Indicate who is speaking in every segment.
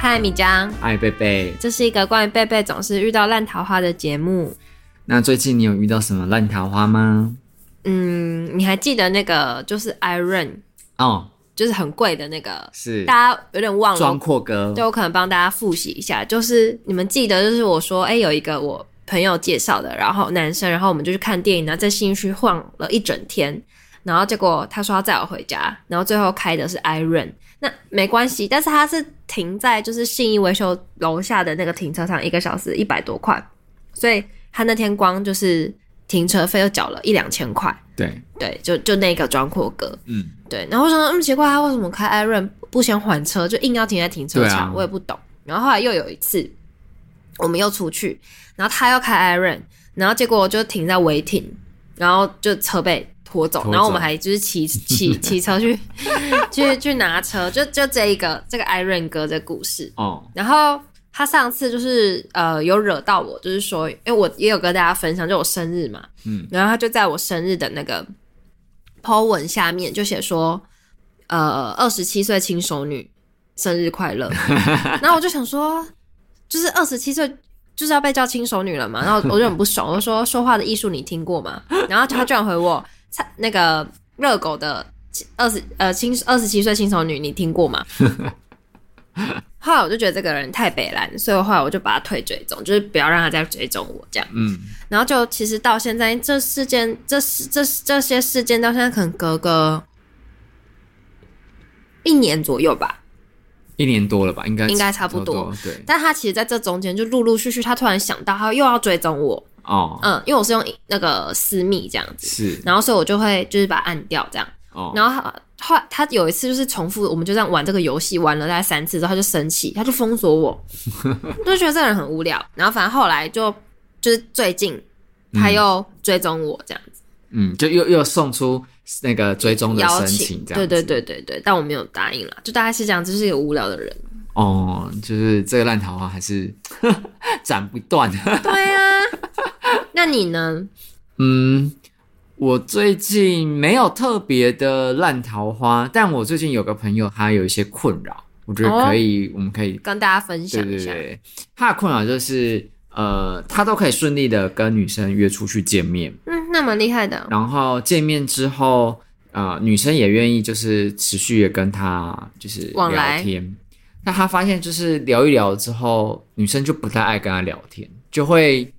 Speaker 1: 嗨，米江，
Speaker 2: 爱贝贝。
Speaker 1: 这是一个关于贝贝总是遇到烂桃花的节目。
Speaker 2: 那最近你有遇到什么烂桃花吗？
Speaker 1: 嗯，你还记得那个就是 Iron，
Speaker 2: 哦，
Speaker 1: 就是很贵的那个，
Speaker 2: 是
Speaker 1: 大家有点忘了。
Speaker 2: 装阔哥
Speaker 1: 对，我可能帮大家复习一下，就是你们记得，就是我说，哎、有一个我朋友介绍的，然后男生，然后我们就去看电影，然后在新区晃了一整天，然后结果他说要载我回家，然后最后开的是 Iron，那没关系，但是他是停在就是信义维修楼下的那个停车场，一个小时一百多块，所以他那天光就是停车费又缴了一两千块，
Speaker 2: 对，
Speaker 1: 对，就就那个装阔哥，
Speaker 2: 嗯，
Speaker 1: 对，然后我想说，嗯，奇怪，他为什么开艾润不先还车，就硬要停在停车
Speaker 2: 对啊
Speaker 1: 场？我也不懂。然后后来又有一次，我们又出去，然后他要开艾润，然后结果就停在违停，然后就车被拖走，
Speaker 2: 拖
Speaker 1: 然后我
Speaker 2: 走
Speaker 1: 们还就是 骑骑骑车去去去拿车，就就这一个这个艾润哥的故事。
Speaker 2: 哦，
Speaker 1: 然后他上次就是呃有惹到我，就是说，因为我也有跟大家分享，就我生日嘛，
Speaker 2: 嗯，
Speaker 1: 然后他就在我生日的那个 po 文下面就写说，呃，二十七岁轻熟女生日快乐，然后我就想说，就是二十七岁。就是要被叫轻熟女了嘛，然后我就很不爽，我就说说话的艺术你听过吗？然后他居然回我，菜那个热狗的二十呃轻二十七岁轻熟女你听过吗？后来我就觉得这个人太北蓝，所以后来我就把他退追踪，就是不要让他再追踪我这样。
Speaker 2: 嗯，
Speaker 1: 然后就其实到现在，这事件这事这这些事件到现在可能隔个一年左右吧。
Speaker 2: 一年多了吧，应该
Speaker 1: 应该差不多
Speaker 2: 多，对，
Speaker 1: 但他其实在这中间就陆陆续续，他突然想到他又要追踪我，
Speaker 2: 哦，
Speaker 1: 嗯，因为我是用那个私密这样子，
Speaker 2: 是，
Speaker 1: 然后所以我就会就是把它按掉这样。
Speaker 2: 哦，
Speaker 1: 然后他后来他有一次就是重复，我们就这样玩这个游戏，玩了大概三次之后，他就生气，他就封锁 我，我就觉得这个人很无聊。然后反正后来就就是最近他又追踪我这样子、
Speaker 2: 嗯，就又又送出那个追踪的
Speaker 1: 邀
Speaker 2: 申
Speaker 1: 请，
Speaker 2: 请，这样
Speaker 1: 对
Speaker 2: 子
Speaker 1: 对，对对对，但我没有答应啦，就大概是这样，就是一个无聊 的人。
Speaker 2: 哦，就是这个烂桃花还是 斩不断。
Speaker 1: 对啊，那你呢？
Speaker 2: 嗯，我最近没有特别的烂桃花，但我最近有个朋友他有一些困扰，我觉
Speaker 1: 哦
Speaker 2: 得可以，我们可以
Speaker 1: 跟大家分
Speaker 2: 对
Speaker 1: 享一
Speaker 2: 对
Speaker 1: 下，
Speaker 2: 对，他的困扰就是呃，他都可以顺利的跟女生约出去见面，
Speaker 1: 嗯，那蛮厉害的，
Speaker 2: 然后见面之后，呃，女生也愿意就是持续的跟他就是
Speaker 1: 往
Speaker 2: 聊
Speaker 1: 来
Speaker 2: 天。那他发现就是聊一聊之后，女生就不太爱跟他聊天，就会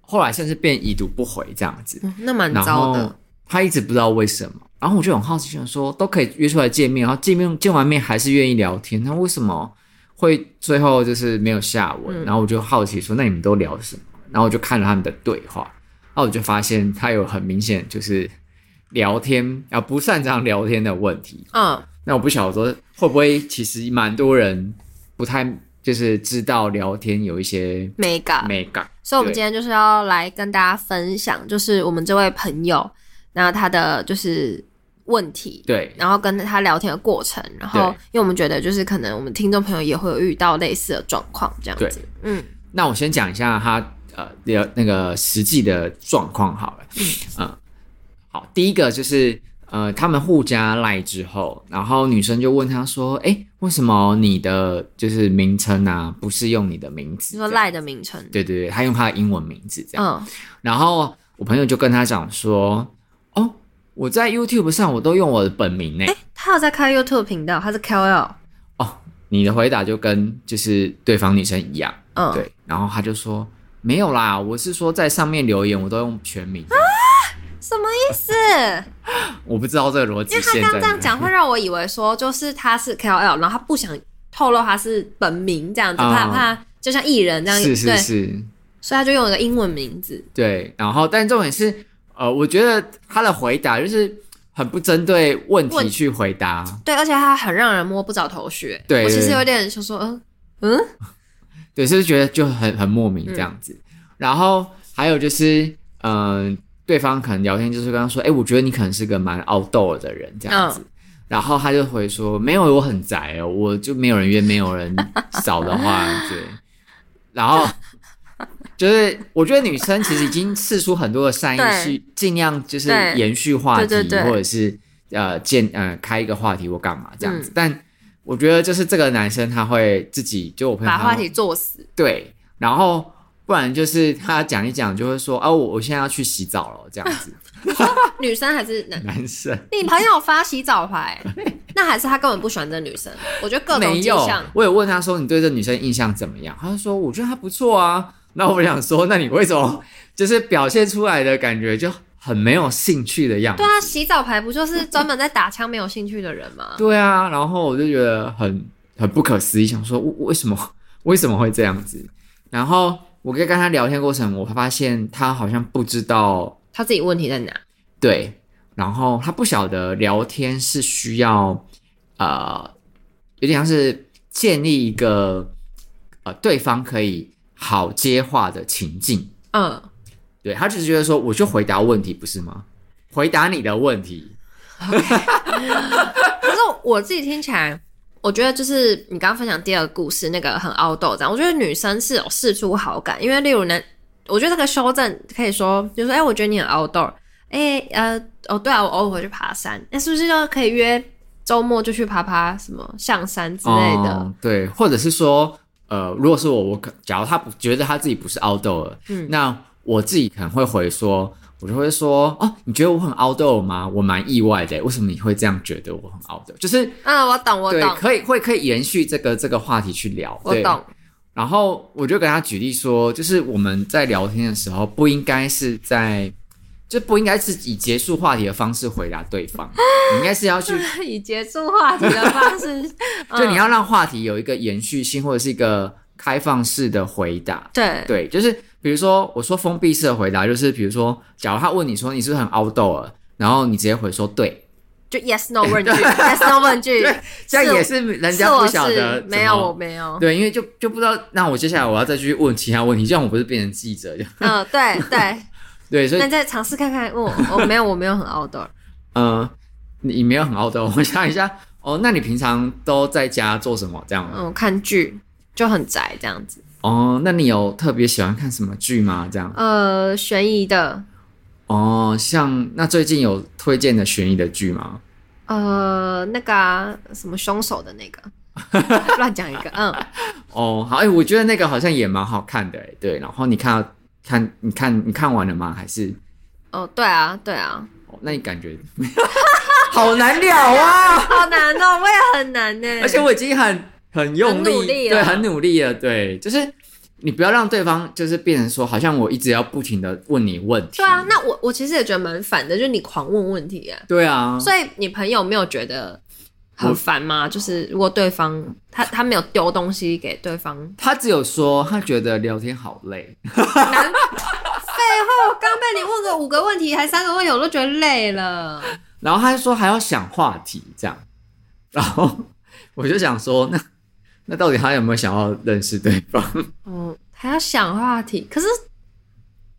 Speaker 2: 后来甚至变已读不回这样子。
Speaker 1: 嗯、那蛮
Speaker 2: 然
Speaker 1: 糟
Speaker 2: 后
Speaker 1: 的，
Speaker 2: 他一直不知道为什么，然后我就很好奇，想说都可以约出来见面，然后见面见完面还是愿意聊天，那为什么会最后就是没有下文？
Speaker 1: 嗯
Speaker 2: 然后我就好奇说，那你们都聊什么？然后我就看了他们的对话，然后我就发现他有很明显就是聊天啊不擅长聊天的问题。
Speaker 1: 嗯，
Speaker 2: 那我不晓得说会不会其实蛮多人不太就是知道聊天有一些
Speaker 1: 没搞。
Speaker 2: 美感，
Speaker 1: 所以，我们
Speaker 2: 对
Speaker 1: 今天就是要来跟大家分享，就是我们这位朋友，然后他的就是问题，
Speaker 2: 对，
Speaker 1: 然后跟他聊天的过程，然后
Speaker 2: 对
Speaker 1: 因为我们觉得就是可能我们听众朋友也会有遇到类似的状况，这样子，嗯
Speaker 2: 那我先讲一下他呃的那个实际的状况好了。嗯、好，第一个就是呃，他们互加赖之后，然后女生就问他说：“哎、为什么你的就是名称啊，不是用你的名字？”
Speaker 1: 就说赖的名称，
Speaker 2: 对对对，他用他的英文名字这样。
Speaker 1: 嗯
Speaker 2: 然后我朋友就跟他讲说：“哦，我在 YouTube 上我都用我的本名欸呢。
Speaker 1: 他有在开 YouTube 频道，他是 KOL，
Speaker 2: 哦，你的回答就跟就是对方女生一样。
Speaker 1: 嗯，
Speaker 2: 对，然后他就说没有啦，我是说在上面留言我都用全名，
Speaker 1: 啊什么意 思？
Speaker 2: 我不知道这个逻辑
Speaker 1: 因为他
Speaker 2: 现
Speaker 1: 刚
Speaker 2: 在
Speaker 1: 刚这样讲，会让我以为说就是他是 KOL，然后他不想透露他是本名这样子，
Speaker 2: 嗯
Speaker 1: 怕怕就像艺人这样，
Speaker 2: 是是
Speaker 1: 对，
Speaker 2: 是，
Speaker 1: 所以他就用一个英文名字，
Speaker 2: 对，然后但重点是，呃，我觉得他的回答就是很不针对问
Speaker 1: 问
Speaker 2: 题去回答，
Speaker 1: 对，而且他很让人摸不着头绪。欸
Speaker 2: 对
Speaker 1: 我其实
Speaker 2: 对
Speaker 1: 有点想说，嗯嗯，
Speaker 2: 对，是不是觉得就很很莫名这样子？然后还有就是，嗯、对方可能聊天就是跟他说，哎、我觉得你可能是个蛮 outdoor 的人这
Speaker 1: 嗯啊
Speaker 2: 样子。然后他就回说：“没有，我很宅哦，我就没有人约，没有人找的话，对。然后 就是我觉得女生其实已经试出很多的善意，
Speaker 1: 对
Speaker 2: 去尽量就是
Speaker 1: 对
Speaker 2: 延续话题，
Speaker 1: 对对对嗯
Speaker 2: 或者是呃建呃开一个话题或干嘛这样子。但我觉得就是这个男生他会自己就我朋友
Speaker 1: 把
Speaker 2: 他
Speaker 1: 话
Speaker 2: 会
Speaker 1: 题做死，
Speaker 2: 对，然后不然就是他讲一讲就会说哦，我我现在要去洗澡了这样 子，
Speaker 1: 女生还是男？
Speaker 2: 男生
Speaker 1: 你朋友发洗澡 牌，那还是他根本不喜欢这女生。我觉得各种
Speaker 2: 没
Speaker 1: 迹
Speaker 2: 有
Speaker 1: 象，，
Speaker 2: 我有问他说你对这女生印象怎么样，他就说我觉得她不错啊， 那我想说那你为什么就是表现出来的感觉就很没有兴趣的样子
Speaker 1: 对？啊，洗澡牌不就是专门在打枪没有兴趣的人吗？
Speaker 2: 对啊，然后我就觉得很很不可思议，想说为为什么 为什么会这样子？然后我跟跟他聊天过程，我发现他好像不知道，
Speaker 1: 他自己问题在哪？
Speaker 2: 对，然后他不晓得聊天是需要呃，有点像是建立一个呃对方可以好接话的情境。
Speaker 1: 嗯，
Speaker 2: 对他只是觉得说，我就回答问题不是吗？回答你的问题，
Speaker 1: 可是我自己听起来，我觉得就是你刚刚分享第二个故事那个很凹豆这样，我觉得女生是有试出好感，因为例如男，我觉得这个修正可以说，就是哎、我觉得你很凹豆，哎、呃哦对啊，我偶尔会去爬山，那、是不是就可以约周末就去爬爬什么象山之类的？
Speaker 2: 哦对，或者是说，呃，如果是我，我可假如他不觉得他自己不是 outdoor，
Speaker 1: 嗯
Speaker 2: 那我自己可能会回说，我就会说，哦，你觉得我很 outdoor 吗？我蛮意外的，为什么你会这样觉得我很 outdoor？就是
Speaker 1: 嗯，我懂，我
Speaker 2: 对，
Speaker 1: 懂，
Speaker 2: 可以会可以延续这个这个话题去聊，
Speaker 1: 我
Speaker 2: 对
Speaker 1: 懂。
Speaker 2: 然后我就给他举例说，就是我们在聊天的时候，不应该是在，就不应该是以结束话题的方式回答对 方，你应该是要去
Speaker 1: 以结束话题的方式，
Speaker 2: 就
Speaker 1: 嗯
Speaker 2: 你要让话题有一个延续性，或者是一个开放式的回答。
Speaker 1: 对
Speaker 2: 对，就是比如说我说封闭式的回答，就是比如说，假如他问你说你是不是很 outdoor，然后你直接回说对，
Speaker 1: 就 yes no 问句，yes no 问句，
Speaker 2: 这样
Speaker 1: 是
Speaker 2: 也是人
Speaker 1: 是
Speaker 2: 家
Speaker 1: 我
Speaker 2: 不晓
Speaker 1: 是
Speaker 2: 得怎
Speaker 1: 没有
Speaker 2: 么
Speaker 1: 我没有，
Speaker 2: 对，因为就就不知道，那我接下来我要再去问其他问题，这样我不是变成记者？就
Speaker 1: 嗯，对对，
Speaker 2: 对，所以
Speaker 1: 那你再尝试看看，问我，我没有我没有很 outdoor，
Speaker 2: 嗯、呃你没有很 outdoor，我想一下，哦，那你平常都在家做什么？这样吗？
Speaker 1: 嗯，看剧就很宅这样子，
Speaker 2: 哦，那你有特别喜欢看什么剧吗？这样？
Speaker 1: 呃，悬疑的，
Speaker 2: 哦，像那最近有推荐的悬疑的剧吗？
Speaker 1: 呃，那个啊，什么凶手的那个，乱讲一个，嗯，
Speaker 2: 哦，好，哎、我觉得那个好像也蛮好看的，哎，对。然后你看到看，你看你看完了吗？还是？
Speaker 1: 哦，对啊，对啊，
Speaker 2: 哦、那你感觉 好难了啊！
Speaker 1: 好难哦，我也很难呢，
Speaker 2: 而且我已经很很用
Speaker 1: 很
Speaker 2: 力，
Speaker 1: 努力了
Speaker 2: 对，很努力了，对，就是你不要让对方就是变成说，好像我一直要不停的问你问题，
Speaker 1: 对啊，那我我其实也觉得蛮烦的，就是你狂问问题啊，
Speaker 2: 对啊，
Speaker 1: 所以你朋友没有觉得很烦吗？就是如果对方他他没有丢东西给对方，
Speaker 2: 他只有说他觉得聊天好累，
Speaker 1: 难废话，我刚被你问个五个问题，还三个问题，我都觉得累了。
Speaker 2: 然后他就说还要想话题这样，然后我就想说，那那到底他有没有想要认识对方？
Speaker 1: 嗯，还要想话题，可是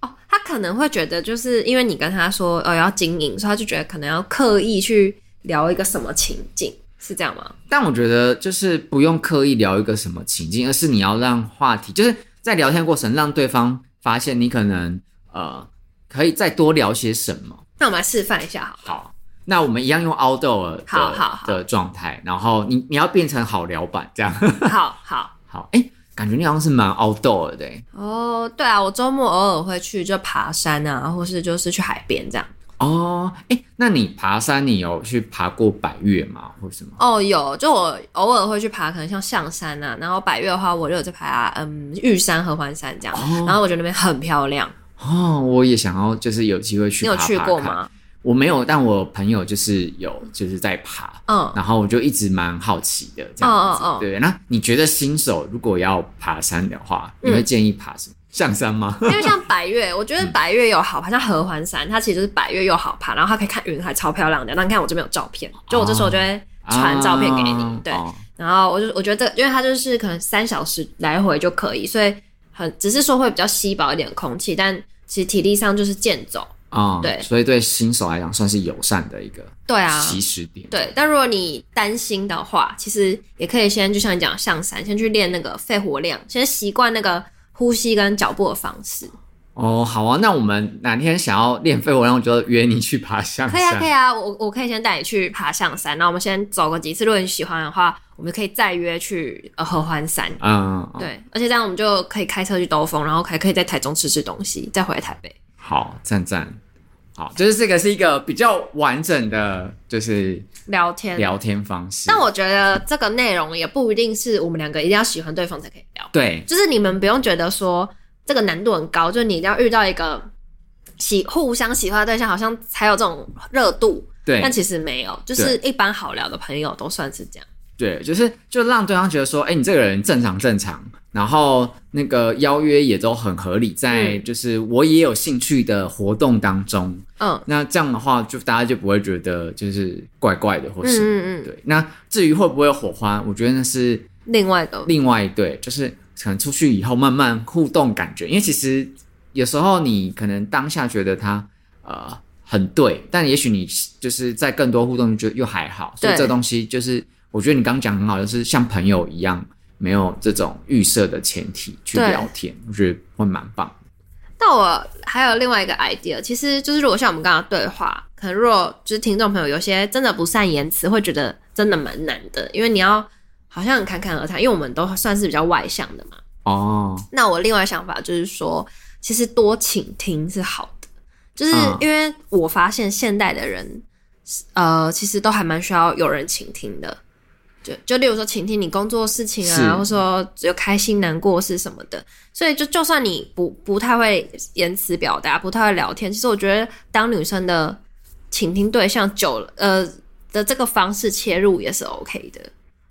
Speaker 1: 哦，他可能会觉得就是因为你跟他说哦要经营，所以他就觉得可能要刻意去聊一个什么情境，是这样 吗？
Speaker 2: 但我觉得就是不用刻意聊一个什么情境，而是你要让话题就是在聊天过程让对方发现你可能呃可以再多聊些什么。
Speaker 1: 那我们来示范一下好了，
Speaker 2: 好，那我们一样用 outdoor 的
Speaker 1: 好好好
Speaker 2: 的状态，然后你你要变成好聊版这样。
Speaker 1: 好好
Speaker 2: 好，哎、感觉你好像是蛮 outdoor 的、欸诶
Speaker 1: 哦，对啊，我周末偶尔会去就爬山啊，或是就是去海边这样。
Speaker 2: 哦，哎、那你爬山你有去爬过百越吗，或什么？
Speaker 1: 哦，有，就我偶尔会去爬，可能像象山啊，然后百越的话，我就有在爬、嗯玉山、合欢山这样，
Speaker 2: 哦
Speaker 1: 然后我觉得那边很漂亮。
Speaker 2: 哦，我也想要，就是有机会去
Speaker 1: 你
Speaker 2: 爬
Speaker 1: 有
Speaker 2: 爬
Speaker 1: 去过
Speaker 2: 看？
Speaker 1: 吗？
Speaker 2: 我没有，但我朋友就是有，就是在爬。
Speaker 1: 嗯，
Speaker 2: 然后我就一直蛮好奇的这样子。
Speaker 1: 嗯嗯嗯
Speaker 2: 对，那你觉得新手如果要爬山的话，
Speaker 1: 嗯
Speaker 2: 你会建议爬什么？象山吗？
Speaker 1: 因为像百越，我觉得百越有好爬，像合欢山，它其实就是百越又好爬，然后它可以看云海，超漂亮的。那你看我这边有照片，就我这时候就会传照片给你，
Speaker 2: 哦啊
Speaker 1: 对。
Speaker 2: 哦
Speaker 1: 然后我就我觉得这个，因为它就是可能三小时来回就可以，所以很只是说会比较稀薄一点空气，但其实体力上就是健走。
Speaker 2: 啊、
Speaker 1: 对
Speaker 2: 所以对新手来讲算是友善的一个
Speaker 1: 对啊，
Speaker 2: 起始点。
Speaker 1: 对，但如果你担心的话，其实也可以先就像你讲象山，先去练那个肺活量，先习惯那个呼吸跟脚步的方式。
Speaker 2: 哦，好啊，那我们哪天想要练肺活量，我就约你去爬象
Speaker 1: 可
Speaker 2: 山。
Speaker 1: 以啊，可以啊，我我可以先带你去爬象山，那我们先走个几次，如果你喜欢的话，我们可以再约去呃合欢山。
Speaker 2: 嗯，
Speaker 1: 对，而且这样我们就可以开车去兜风，然后还可以在台中吃吃东西，再回来台北。
Speaker 2: 好，赞赞。好，就是这个是一个比较完整的，就是
Speaker 1: 聊天
Speaker 2: 聊天方式。
Speaker 1: 但我觉得这个内容也不一定是我们两个一定要喜欢对方才可以聊，
Speaker 2: 对
Speaker 1: 就是你们不用觉得说这个难度很高，就是你一定要遇到一个喜互相喜欢的对象，好像才有这种热度，
Speaker 2: 对
Speaker 1: 但其实没有，就是一般好聊的朋友都算是这样。
Speaker 2: 对，就是就让对方觉得说，哎、你这个人正常正常，然后那个邀约也都很合理，在就是我也有兴趣的活动当中。
Speaker 1: 嗯
Speaker 2: 那这样的话，就大家就不会觉得就是怪怪的或
Speaker 1: 嗯
Speaker 2: 是、
Speaker 1: 嗯嗯，
Speaker 2: 对。那至于会不会有火花，我觉得那是
Speaker 1: 另外的，
Speaker 2: 另外一对，就是可能出去以后慢慢互动感觉，因为其实有时候你可能当下觉得他呃很对，但也许你就是在更多互动就又还好，所以
Speaker 1: 对
Speaker 2: 这东西就是我觉得你刚讲很好，就是像朋友一样，没有这种预设的前提去
Speaker 1: 对
Speaker 2: 聊天，我觉得会蛮棒。
Speaker 1: 但我还有另外一个 idea，其实就是如果像我们刚刚对话，可能如果就是听众朋友有些真的不善言辞，会觉得真的蛮难的，因为你要好像很侃侃而谈，因为我们都算是比较外向的嘛。
Speaker 2: 哦，
Speaker 1: 那我另外想法就是说，其实多倾听是好的，就是
Speaker 2: 嗯
Speaker 1: 因为我发现现代的人，呃，其实都还蛮需要有人倾听的。就就例如说，倾听你工作事情
Speaker 2: 是
Speaker 1: 啊，或者说有开心、难过是什么的，所以就就算你不不太会言辞表达，不太会聊天，其实我觉得当女生的倾听对象久了，呃的这个方式切入也是 OK 的。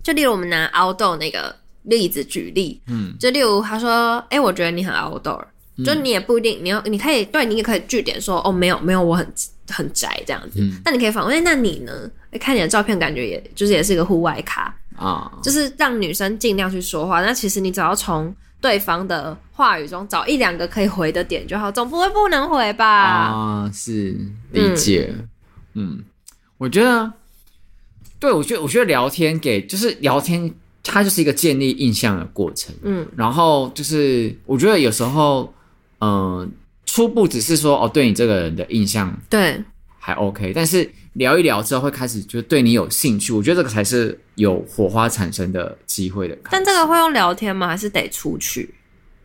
Speaker 1: 就例如我们拿凹豆那个例子举例，
Speaker 2: 嗯，
Speaker 1: 就例如他说，哎、我觉得你很 outdoor，就你也不一定，你要你可以对你也可以据点说，哦，没有没有，我很很宅这样子。
Speaker 2: 嗯
Speaker 1: 那你可以反问，哎那你呢？哎看你的照片，感觉也就是也是一个户外咖，
Speaker 2: 啊、
Speaker 1: 就是让女生尽量去说话。那其实你只要从对方的话语中找一两个可以回的点就好，总不会不能回吧？
Speaker 2: 啊，是理解。嗯我觉得，对我觉得，我觉得聊天给就是聊天，它就是一个建立印象的过程。
Speaker 1: 嗯，
Speaker 2: 然后就是我觉得有时候，嗯、初步只是说哦，对你这个人的印象
Speaker 1: 对，
Speaker 2: 还 OK，但是聊一聊之后会开始就对你有兴趣，我觉得这个才是有火花产生的机会的开始。
Speaker 1: 但这个会用聊天吗？还是得出去？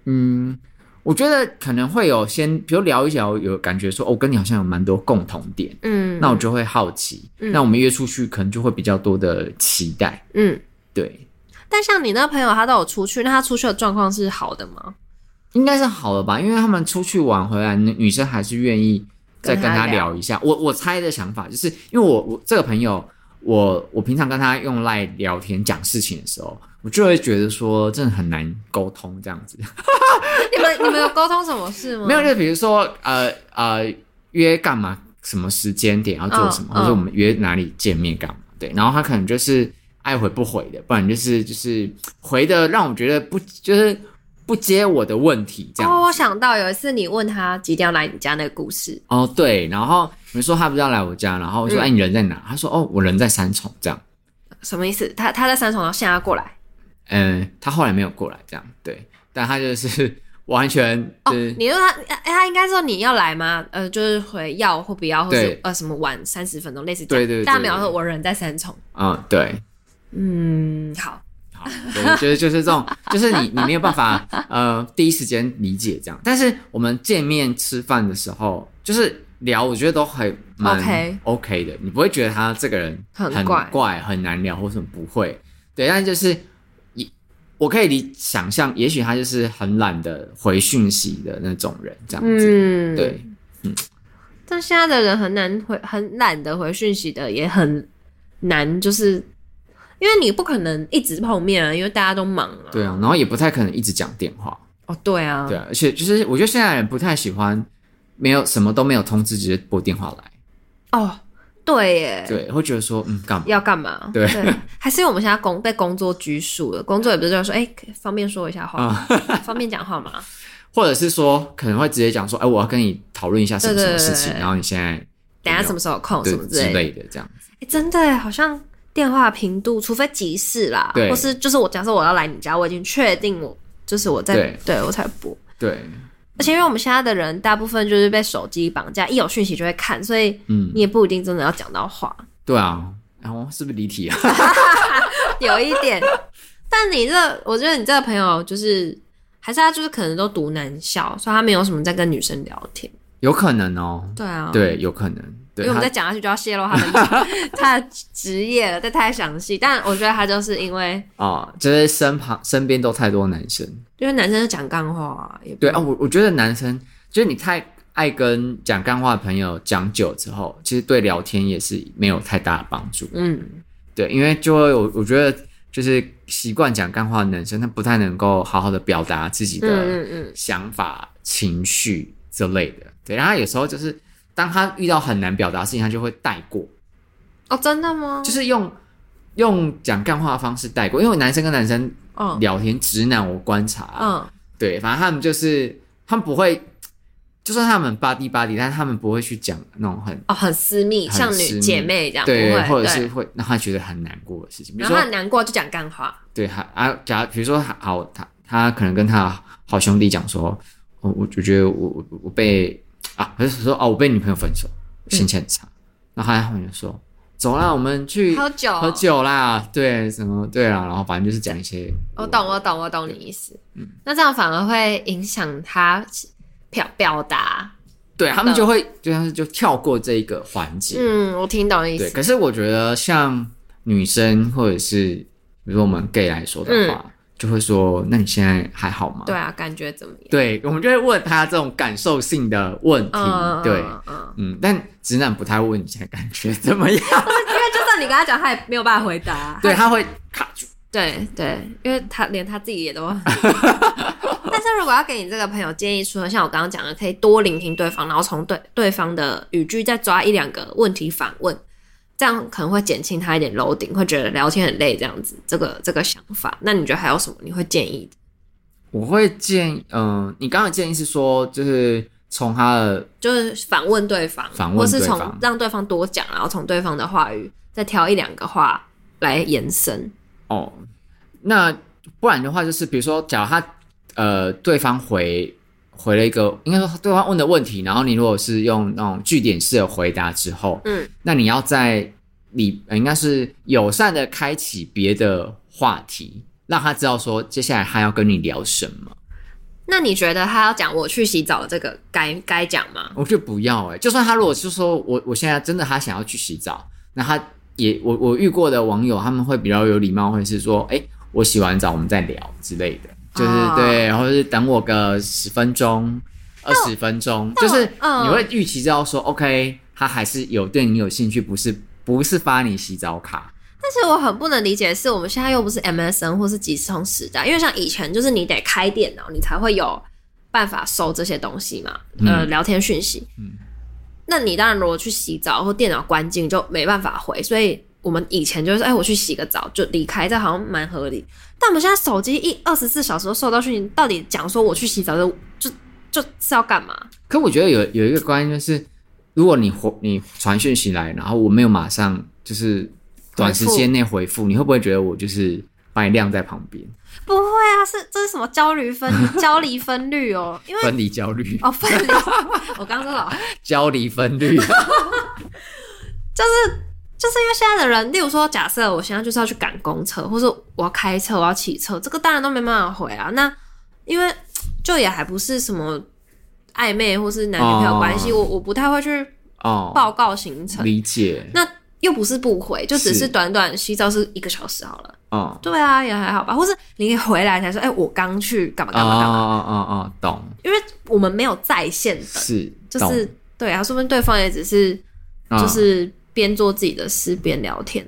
Speaker 2: 嗯，我觉得可能会有先，比如聊一聊，有感觉说，哦，跟你好像有蛮多共同点。
Speaker 1: 嗯，
Speaker 2: 那我就会好奇。
Speaker 1: 嗯
Speaker 2: 那我们约出去，可能就会比较多的期待。
Speaker 1: 嗯，
Speaker 2: 对，
Speaker 1: 但像你那朋友他都有出去，那他出去的状况是好的吗？
Speaker 2: 应该是好了吧？因为他们出去玩回来，女女生还是愿意再跟
Speaker 1: 跟他
Speaker 2: 他聊一下。我我猜的想法就是，因为我我这个朋友，我我平常跟他用赖聊天讲事情的时候，我就会觉得说，真的很难沟通这样子。
Speaker 1: 你们你们有沟通什么事吗？哦
Speaker 2: 没有，就比如说呃呃约干嘛，什么时间点要做什么，
Speaker 1: 嗯
Speaker 2: 或者
Speaker 1: 嗯
Speaker 2: 我们约哪里见面干嘛，对，然后他可能就是爱回不回的，不然就是就是回的让我觉得不就是不接我的问题这样。
Speaker 1: 哦，我想到有一次你问他几点要来你家那个故事，
Speaker 2: 哦，对，然后你说他不是要来我家，然后我说、
Speaker 1: 嗯
Speaker 2: 哎你人在哪？他说哦我人在三重这样，
Speaker 1: 什么意思？他他在三重，然后现在要过来。
Speaker 2: 嗯、他后来没有过来这样，对，但他就是 完全
Speaker 1: 哦
Speaker 2: 就是、，
Speaker 1: 你说他，哎他应该说你要来吗？呃，就是回要或不要，或是
Speaker 2: 对
Speaker 1: 呃什么晚三十分钟，类似这样。
Speaker 2: 对对对
Speaker 1: 但他没有说我人在三重。
Speaker 2: 嗯对，
Speaker 1: 嗯，好，
Speaker 2: 好， 对，就是就是这种，就是你你没有办法呃第一时间理解这样，但是我们见面吃饭的时候，就是聊，我觉得都还蛮
Speaker 1: OK
Speaker 2: OK 的，你不会觉得他这个人
Speaker 1: 很
Speaker 2: 很
Speaker 1: 怪
Speaker 2: 怪很难聊或什么不会，对，但是就是也我可以理想象，也许他就是很懒得回讯息的那种人这样子，
Speaker 1: 嗯，
Speaker 2: 对。
Speaker 1: 但现在的人很难回，很懒得回讯息的，也很难，就是因为你不可能一直碰面啊，因为大家都忙啊。
Speaker 2: 对啊，然后也不太可能一直讲电话，
Speaker 1: 哦，对啊，
Speaker 2: 对啊，而且就是我觉得现在人不太喜欢没有什么都没有通知直接拨电话来，
Speaker 1: 哦，对耶，
Speaker 2: 对，会觉得说嗯干嘛？
Speaker 1: 要干嘛？
Speaker 2: 对
Speaker 1: 还是因为我们现在工被工作拘束了，工作也不是就是说，哎、方便说一下话吗，
Speaker 2: 啊
Speaker 1: 方便讲话嘛？
Speaker 2: 或者是说可能会直接讲说，哎、我要跟你讨论一下什么
Speaker 1: 对
Speaker 2: 什
Speaker 1: 对
Speaker 2: 么
Speaker 1: 对
Speaker 2: 事情，
Speaker 1: 对对
Speaker 2: 然后你现在
Speaker 1: 等一下什么时候有空
Speaker 2: 对
Speaker 1: 什么
Speaker 2: 之
Speaker 1: 类的。
Speaker 2: 类的这样。
Speaker 1: 哎、真的耶好像电话频度，除非急事啦，
Speaker 2: 对
Speaker 1: 或是就是我假设我要来你家，我已经确定我就是我在
Speaker 2: 对
Speaker 1: 对我才播。
Speaker 2: 对，
Speaker 1: 而且因为我们现在的人大部分就是被手机绑架，一有讯息就会看，所以
Speaker 2: 嗯
Speaker 1: 你，也不一定真的要讲到 话，
Speaker 2: 对啊，然、后是不是离题啊？
Speaker 1: 有一点。但你这，我觉得你这个朋友就是，还是他就是可能都读男校，所以他没有什么在跟女生聊天。
Speaker 2: 有可能哦，
Speaker 1: 对啊，，
Speaker 2: 对，有可能，
Speaker 1: 因
Speaker 2: 对，
Speaker 1: 为我们再
Speaker 2: 他
Speaker 1: 讲下去就要泄露他的 他的职业了，这太详细。但我觉得他就是因为，
Speaker 2: 哦，就是身旁身边都太多男生，
Speaker 1: 因为男生就讲干话、啊，也不
Speaker 2: 对啊，我我觉得男生就是你太爱跟讲干话的朋友讲久之后，其实对聊天也是没有太大的帮助。
Speaker 1: 嗯，
Speaker 2: 对，因为就会我我觉得就是习惯讲干话的男生，他不太能够好好的表达自己
Speaker 1: 嗯
Speaker 2: 的
Speaker 1: 嗯嗯，
Speaker 2: 想法、情绪之类的。对，然后他有时候就是当他遇到很难表达的事情，他就会带过，
Speaker 1: 哦，真的吗？
Speaker 2: 就是用用讲干话的方式带过。因为男生跟男生
Speaker 1: 嗯
Speaker 2: 聊天，直男我观察啊，
Speaker 1: 嗯
Speaker 2: 对，反正他们就是他们不会，就算他们巴蒂巴蒂，但是他们不会去讲那种很
Speaker 1: 哦，很私密，
Speaker 2: 很
Speaker 1: 像
Speaker 2: 私
Speaker 1: 女
Speaker 2: 密
Speaker 1: 姐妹这样，
Speaker 2: 对
Speaker 1: 不会，，
Speaker 2: 或者是
Speaker 1: 对
Speaker 2: 会让他觉得很难过的事情，比
Speaker 1: 然
Speaker 2: 如
Speaker 1: 后
Speaker 2: 说
Speaker 1: 他很难过就讲干话，
Speaker 2: 对，还啊，假如比如说好，他他可能跟他好兄弟讲说，我我我觉得我我我被啊，还是说哦，我被女朋友分手，心情很差。然后他后面就说，走啦，我们去
Speaker 1: 喝嗯酒，
Speaker 2: 喝酒啦，对，什么对啦，然后反正就是讲一些
Speaker 1: 我哦懂，我懂，我懂你意思。
Speaker 2: 嗯
Speaker 1: 那这样反而会影响他表表达。
Speaker 2: 对他们就会就像是就跳过这一个环节，
Speaker 1: 嗯，我听懂意
Speaker 2: 对。
Speaker 1: 思。
Speaker 2: 可是我觉得像女生或者是比如说我们 gay 来说的
Speaker 1: 嗯
Speaker 2: 话，就会说，那你现在还好吗？
Speaker 1: 对啊，感觉怎么样？
Speaker 2: 对，我们就会问他这种感受性的问题。
Speaker 1: 嗯，
Speaker 2: 对，
Speaker 1: 嗯嗯，
Speaker 2: 嗯，但直男不太问你现在感觉怎么样，
Speaker 1: 因为就算你跟他讲，他也没有办法回答。
Speaker 2: 对，他会卡住。
Speaker 1: 对对，因为他连他自己也都。 但是如果要给你这个朋友建议，除了像我刚刚讲的，可以多聆听对方，然后从对对方的语句再抓一两个问题反问，这样可能会减轻他一点 loading，会觉得聊天很累这样子。这个这个想法，那你觉得还有什么你会建议的？
Speaker 2: 我会建议，嗯、你刚刚的建议是说，就是从他的，
Speaker 1: 就是反问对方，
Speaker 2: 反问
Speaker 1: 或是
Speaker 2: 对
Speaker 1: 从
Speaker 2: 方
Speaker 1: 让对方多讲，然后从对方的话语再挑一两个话来延伸。
Speaker 2: 哦，那不然的话，就是比如说，假如他，呃，对方回回了一个，应该说对方问的问题，然后你如果是用那种句点式的回答之后，
Speaker 1: 嗯，
Speaker 2: 那你要在你呃应该是友善的开启别的话题，让他知道说接下来他要跟你聊什么。
Speaker 1: 那你觉得他要讲我去洗澡的这个该该讲吗？
Speaker 2: 我觉得不要哎、就算他如果是说我我现在真的他想要去洗澡，那他也我我遇过的网友他们会比较有礼貌，会是说哎、我洗完澡我们再聊之类的，就是、
Speaker 1: 哦
Speaker 2: 对，然后是等我个十分钟、二十分钟，
Speaker 1: 那
Speaker 2: 就
Speaker 1: 我
Speaker 2: 是
Speaker 1: 嗯
Speaker 2: 你会预期到说、OK，他还是有对你有兴趣，不是不是发你洗澡卡，
Speaker 1: 但是我很不能理解的是，我们现在又不是 MSN 或是即时通时代，因为像以前就是你得开电脑，你才会有办法收这些东西嘛，呃，聊天讯息。
Speaker 2: 嗯
Speaker 1: 那你当然如果去洗澡或电脑关静就没办法回，所以我们以前就是哎、我去洗个澡就离开，这好像蛮合理。但我们现在手机一二十四小时都收到讯息，到底讲说我去洗澡就就就是要干嘛？
Speaker 2: 可我觉得有有一个关键就是，如果你回你传讯息来，然后我没有马上就是短时间内回复，你会不会觉得我就是把你晾在旁边，
Speaker 1: 不会啊，是这是什么焦虑分焦离分率哦？因为
Speaker 2: 分离焦虑，
Speaker 1: 哦分离，我刚刚说了。
Speaker 2: 焦离分率？
Speaker 1: 就是因为现在的人，例如说，假设我现在就是要去赶公车，或是我要开车，我要骑车，这个当然都没办法回啊。那因为就也还不是什么暧昧或是男女朋友关系，
Speaker 2: 哦
Speaker 1: 我我不太会去报
Speaker 2: 哦，
Speaker 1: 告行程，
Speaker 2: 理解，
Speaker 1: 那又不是不回，就只
Speaker 2: 是
Speaker 1: 是短短洗澡是一个小时好了。
Speaker 2: 哦，
Speaker 1: 对啊，也还好吧。或是你回来才说，哎、我刚去干嘛
Speaker 2: 哦哦
Speaker 1: 干嘛干嘛，
Speaker 2: 哦哦，懂，
Speaker 1: 因为我们没有在线等，
Speaker 2: 是，
Speaker 1: 就是对啊，说不定对方也只是
Speaker 2: 懂
Speaker 1: 就
Speaker 2: 嗯
Speaker 1: 是边做自己的事边聊天。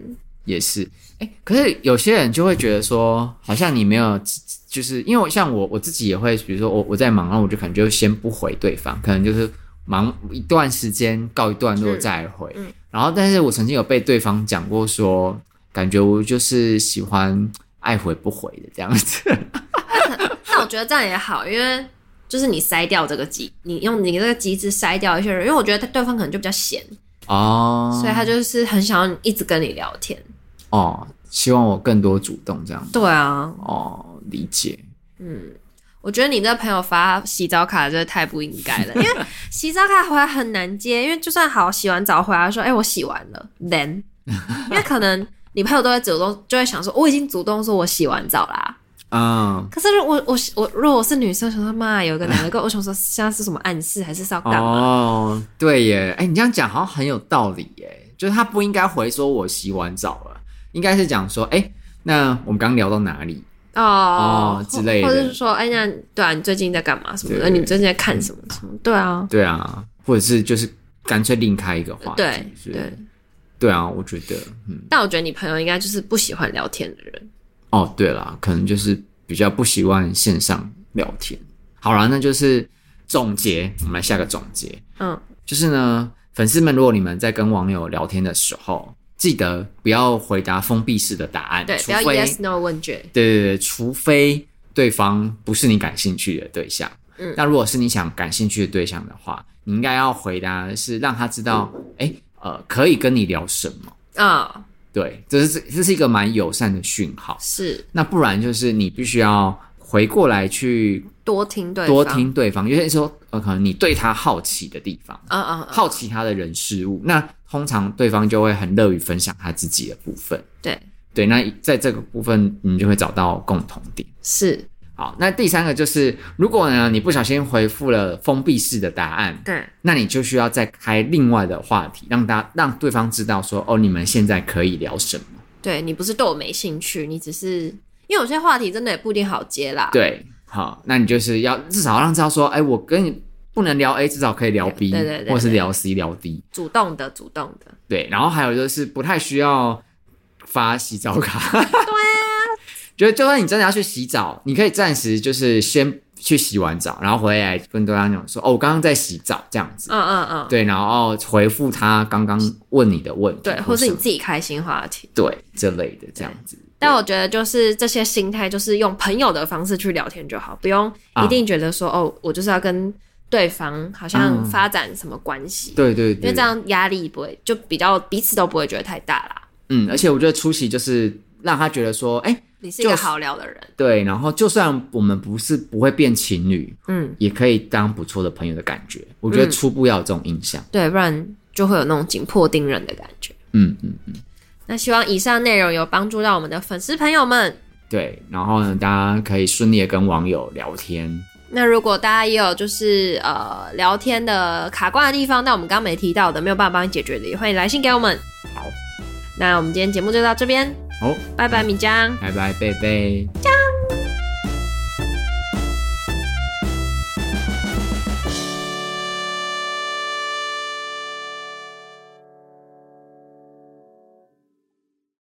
Speaker 2: 也是，哎，可是有些人就会觉得说，好像你没有，就是因为我像我我自己也会，比如说我我在忙，然后我就可能就先不回对方，可能就是忙一段时间告一段落
Speaker 1: 嗯
Speaker 2: 再回。
Speaker 1: 嗯
Speaker 2: 然后，但是我曾经有被对方讲过说，感觉我就是喜欢爱回不回的这 样子。
Speaker 1: 但我觉得这样也好，因为就是你筛掉这个机，你用你这个机制筛掉一些人，因为我觉得他对方可能就比较闲，
Speaker 2: 哦，
Speaker 1: 所以他就是很想要一直跟你聊天。
Speaker 2: 哦，希望我更多主动这样。
Speaker 1: 对啊，
Speaker 2: 哦，理解。
Speaker 1: 嗯，我觉得你这朋友发洗澡卡真的太不应该了，因为洗澡卡回来很难接，因为就算好洗完澡回来说，哎、我洗完了，then，因为可能你朋友都会主动，就会想说，我已经主动说我洗完澡啦。
Speaker 2: 嗯，
Speaker 1: 可是如果我我如果我是女生，想说妈有一个男的跟我我想说现在是什么暗示，还是是要干嘛？
Speaker 2: 哦，对耶，哎，你这样讲好像很有道理耶，就是他不应该回说我洗完澡了，应该是讲说，哎，那我们刚聊到哪里？
Speaker 1: 哦
Speaker 2: 哦之类的
Speaker 1: 或者是说，哎、那对啊，你最近在干嘛什么的？
Speaker 2: 对嗯
Speaker 1: 你最近在看什么什么？对啊，
Speaker 2: 对啊，或者是就是干脆另开一个话题，
Speaker 1: 对
Speaker 2: 是
Speaker 1: 对。
Speaker 2: 对啊，我觉得，嗯，
Speaker 1: 但我觉得你朋友应该就是不喜欢聊天的人。
Speaker 2: 哦，对啦，可能就是比较不习惯线上聊天。好啦，那就是总结，我们来下个总结。
Speaker 1: 嗯，
Speaker 2: 就是呢，粉丝们，如果你们在跟网友聊天的时候，记得不要回答封闭式的答案，
Speaker 1: 对，不
Speaker 2: 除
Speaker 1: 要
Speaker 2: 非
Speaker 1: yes no 问卷。
Speaker 2: 对对对，除非对方不是你感兴趣的对象。
Speaker 1: 嗯
Speaker 2: 那如果是你想感兴趣的对象的话，你应该要回答的是让他知道，
Speaker 1: 嗯
Speaker 2: 哎、呃，可以跟你聊什么。
Speaker 1: 啊、
Speaker 2: 对，这是这是一个蛮友善的讯号。
Speaker 1: 是
Speaker 2: 那不然就是你必须要回过来去
Speaker 1: 多听对方，
Speaker 2: 多，听对方，有些时候呃，可能你对他好奇的地方，
Speaker 1: 嗯嗯嗯，
Speaker 2: 好奇他的人事物，那通常对方就会很乐于分享他自己的部分。
Speaker 1: 对，
Speaker 2: 对，那在这个部分，你就会找到共同点。
Speaker 1: 是，
Speaker 2: 好，那第三个就是，如果呢你不小心回复了封闭式的答案，
Speaker 1: 对，
Speaker 2: 那你就需要再开另外的话题，让大让对方知道说，哦，你们现在可以聊什么。
Speaker 1: 对你不是对我没兴趣，你只是因为有些话题真的也不一定好接啦。
Speaker 2: 对，好，那你就是要至少让知道说，哎，我跟你不能聊 A，至少可以聊 B，
Speaker 1: 对对对对
Speaker 2: 或是聊 C 聊 D。
Speaker 1: 主动的，主动的，
Speaker 2: 对，然后还有就是不太需要发洗澡卡。对啊，觉 得就算你真的要去洗澡，你可以暂时就是先去洗完澡，然后回来跟对方讲说，哦，我刚刚在洗澡这样子。
Speaker 1: 嗯嗯嗯，
Speaker 2: 对，然后哦回复他刚刚问你的问题，
Speaker 1: 对，或是
Speaker 2: 什
Speaker 1: 你
Speaker 2: 么
Speaker 1: 自己开心话题。
Speaker 2: 对这类的这样子。
Speaker 1: 但我觉得就是这些心态，就是用朋友的方式去聊天就好，不用
Speaker 2: 啊
Speaker 1: 一定觉得说、哦，我就是要跟对方好像
Speaker 2: 嗯
Speaker 1: 发展什么关系，
Speaker 2: 对对对，
Speaker 1: 因为这样压力不会就比较彼此都不会觉得太大啦。
Speaker 2: 嗯，而且我觉得出席就是让他觉得说，哎、
Speaker 1: 你是一个
Speaker 2: 就是
Speaker 1: 好聊的人，
Speaker 2: 对，然后就算我们不是不会变情侣，
Speaker 1: 嗯，
Speaker 2: 也可以当不错的朋友的感觉。我觉得初步要有这种印象。
Speaker 1: 对，不然就会有那种紧迫盯人的感觉。
Speaker 2: 嗯嗯，
Speaker 1: 那希望以上内容有帮助到我们的粉丝朋友们。
Speaker 2: 对。然后呢，大家可以顺利的跟网友聊天。
Speaker 1: 那如果大家也有就是呃聊天的卡关的地方，那我们刚刚没提到的，没有办法帮你解决的，也欢迎来信给我们。
Speaker 2: 好，
Speaker 1: 那我们今天节目就到这边，
Speaker 2: 好，
Speaker 1: 拜拜，米江。
Speaker 2: 拜拜，贝贝，加